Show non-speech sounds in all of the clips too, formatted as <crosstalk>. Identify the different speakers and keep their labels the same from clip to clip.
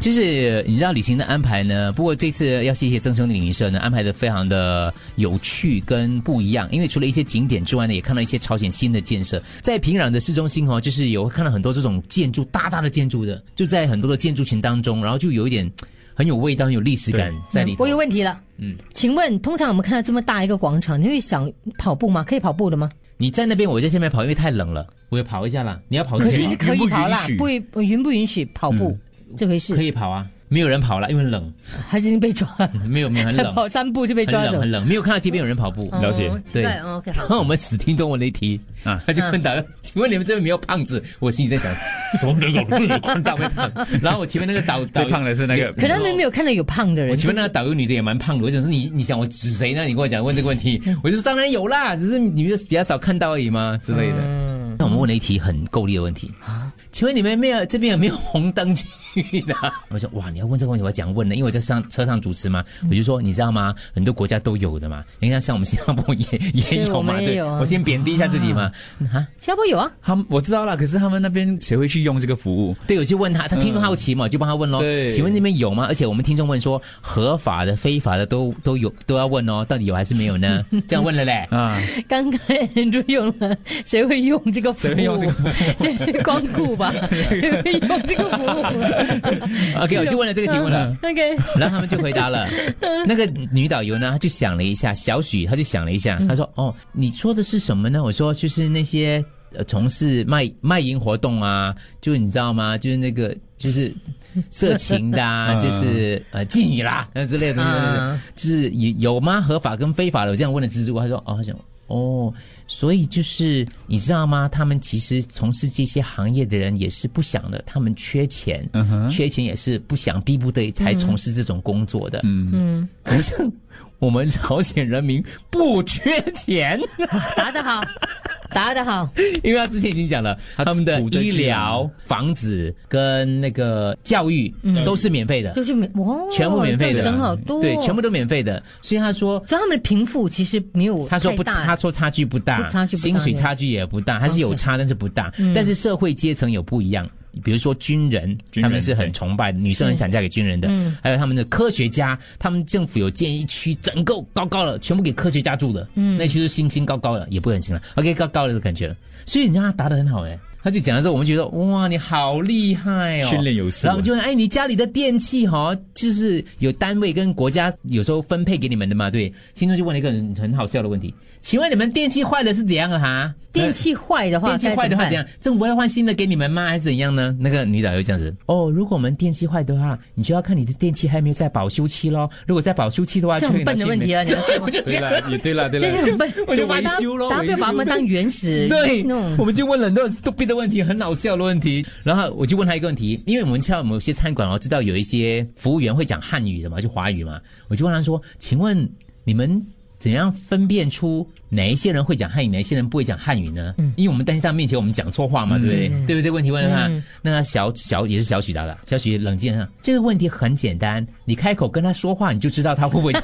Speaker 1: 就是你知道旅行的安排呢，不过这次要谢谢曾兄的旅行社呢，安排的非常的有趣跟不一样，因为除了一些景点之外呢，也看到一些朝鲜新的建设，在平壤的市中心哦，就是有看到很多这种建筑大大的建筑的，就在很多的建筑群当中，然后就有一点很有味道、很有历史感在里头。
Speaker 2: 我有问题了，
Speaker 1: 嗯，
Speaker 2: 请问通常我们看到这么大一个广场，你会想跑步吗？可以跑步的吗？
Speaker 1: 你在那边，我在下面跑，因为太冷了，我也跑一下啦。你要跑
Speaker 2: 可
Speaker 1: 去
Speaker 2: 是
Speaker 1: 吗
Speaker 2: 是可以跑啦
Speaker 3: 允，
Speaker 2: 不
Speaker 3: 不
Speaker 2: 允允不允许跑步这回
Speaker 1: 可
Speaker 2: 事？
Speaker 1: 以跑啊，没有人跑了，因为冷，
Speaker 2: 还是已经被抓，
Speaker 1: 没有没有很 <laughs> 冷，
Speaker 2: 跑三步就被
Speaker 1: 很
Speaker 2: 抓
Speaker 1: 冷
Speaker 2: 走
Speaker 1: 很。冷，没有看到街边有人跑步。
Speaker 3: 了解
Speaker 2: 哦
Speaker 1: 对
Speaker 2: 奇怪哦，OK，
Speaker 1: <laughs>
Speaker 2: 好。
Speaker 1: 那我们死听中文的一题啊，他就问到，请问你们这边没有胖子？我心里在想，哎什么没有
Speaker 3: 嗯
Speaker 1: 这有宽大没胖？然后我前面那个导导
Speaker 3: 最
Speaker 1: 游
Speaker 3: 胖的是那个
Speaker 2: 可他们没有看到有胖的人。
Speaker 1: 我前面那个导游女的也蛮胖的，我想说你你想我指谁呢？你跟我讲问这个问题，我就说当然有啦，只是你们比较少看到而已嘛之类的。那我们问了一题很够力的问题请问你们没有这边有没有红灯区的？ <laughs> 我说哇，你要问这个问题，我要讲问了，因为我在上车上主持嘛，我就说你知道吗？很多国家都有的嘛，你看像我们新加坡也 <laughs> 也
Speaker 2: 对
Speaker 1: 有嘛，
Speaker 2: 我们也
Speaker 1: 对，
Speaker 2: 有啊
Speaker 1: 我先贬低一下自己嘛啊。
Speaker 2: 新加坡有啊，
Speaker 3: 他们我知道了，可是他们那边谁会去用这个服务？
Speaker 1: 对，我就问他，他听众好奇嘛，我就帮他问喽。
Speaker 3: 嗯对
Speaker 1: 请问那边有吗？而且我们听众问说，合法的、非法的都都有都要问哦，到底有还是没有
Speaker 3: <laughs>
Speaker 1: 呢？这样问了嘞。
Speaker 3: 啊，
Speaker 2: 刚刚 Andrew 用了，谁会用这个服务？
Speaker 3: 谁会用这个？
Speaker 2: 谁会光
Speaker 1: <laughs>
Speaker 2: 顾吧？啊谁会用这个服务
Speaker 3: 啊
Speaker 1: OK，我就问了这个提问
Speaker 3: 嗯
Speaker 1: 了。
Speaker 2: ？OK，
Speaker 1: 然后他们就回答
Speaker 3: <laughs>
Speaker 1: 了，那个女导游呢，她就想了一下，小许她就想了一
Speaker 3: 嗯
Speaker 1: 下，她说：“哦，你说的是什么呢？”我说：“就是那些呃从事卖卖淫活动啊，就你知道吗？就是那个就是色情的、啊，
Speaker 3: <laughs> 嗯
Speaker 1: 就是呃妓女啦，那之类的东西，
Speaker 2: 啊
Speaker 1: 就是有有吗？合法跟非法的，我这样问了蜘蛛，她说：哦，她想。”哦，所以就是你知道吗？他们其实从事这些行业的人也是不想的，他们缺钱，
Speaker 3: 嗯哼
Speaker 1: 缺钱也是不想逼不得已才从事这种工作的。
Speaker 3: 嗯，
Speaker 1: 可是我们朝鲜人民不缺钱， <laughs>
Speaker 2: 答得好，答得好。
Speaker 1: 因为他之前已经讲了，
Speaker 3: 他
Speaker 1: 他们的
Speaker 3: 补正
Speaker 1: 医
Speaker 3: 确
Speaker 1: 疗、房子跟那个教育都是免费的，
Speaker 2: 就是免嗯哦，
Speaker 1: 全部免费的
Speaker 2: 这样省好多，
Speaker 1: 对，全部。都免费的。所以他说。
Speaker 2: 所以他们的贫富其实没有
Speaker 1: 他说不，
Speaker 2: 太大
Speaker 1: 他说差距不大，
Speaker 2: 不差距不大嗯
Speaker 1: 薪水差距也不大，还是有差，但是不大。但是社会阶层有不一样，比如说军人，
Speaker 3: 军人
Speaker 1: 他们是很
Speaker 3: 对
Speaker 1: 崇拜的，女生很想嫁给军人的，
Speaker 2: 嗯
Speaker 1: 还有他们的科学家，他们政府有建一区，整个高高了，全部给科学家住的，
Speaker 2: 嗯
Speaker 1: 那区都星星高高了，也不会很行了，OK，高高了的感觉了。所以你让他答得很好哎、他就讲的时候，我们觉得哇，你好厉害哦！
Speaker 3: 训练有素啊
Speaker 1: 然后我们就问，哎，你家里的电器哈、哦，就是有单位跟国家有时候分配给你们的嘛？对，听众就问了一个很很好笑的问题，请问你们电器坏了是怎样的哈？
Speaker 2: 电器坏的话，
Speaker 1: 电器坏的话怎样？？政府要换新的给你们吗？还是怎样呢？那个女导游这样子哦，如果我们电器坏的话，你就要看你的电器还有没有在保修期咯。如果在保修期的话，
Speaker 2: 这
Speaker 1: 就
Speaker 2: 很笨的问题啊！你们说吗？
Speaker 3: 对
Speaker 2: <laughs>
Speaker 3: 了，也对了，对
Speaker 2: 这是
Speaker 3: 了，
Speaker 2: 很笨，
Speaker 3: 我就
Speaker 2: 把它
Speaker 3: 维修咯
Speaker 2: 大家不要
Speaker 3: 维修
Speaker 2: 把他们当原始
Speaker 1: 对
Speaker 2: <laughs> 那种，
Speaker 1: 我们就问了很多很 stupid 的问题，很好笑的问题。然后我就问他一个问题，因为我们知道某些餐馆哦，知道有一些服务员会讲汉语的嘛，就华语嘛。我就问他说：“请问你们怎样分辨出哪一些人会讲汉语，哪一些人不会讲汉语呢？”因为我们担心他面前我们讲错话嘛，对不对？对不对？问题问了他，那个小小也是小许答的，小许冷静一下，这个问题很简单，你开口跟他说话，你就知道他会不会讲。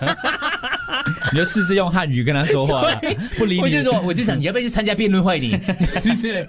Speaker 3: 你就
Speaker 2: <laughs>
Speaker 3: 试试用汉语跟他说话，不理你。
Speaker 1: <laughs>
Speaker 3: <laughs>
Speaker 1: 我就说，我就想你要不要去参加辩论会你？就是。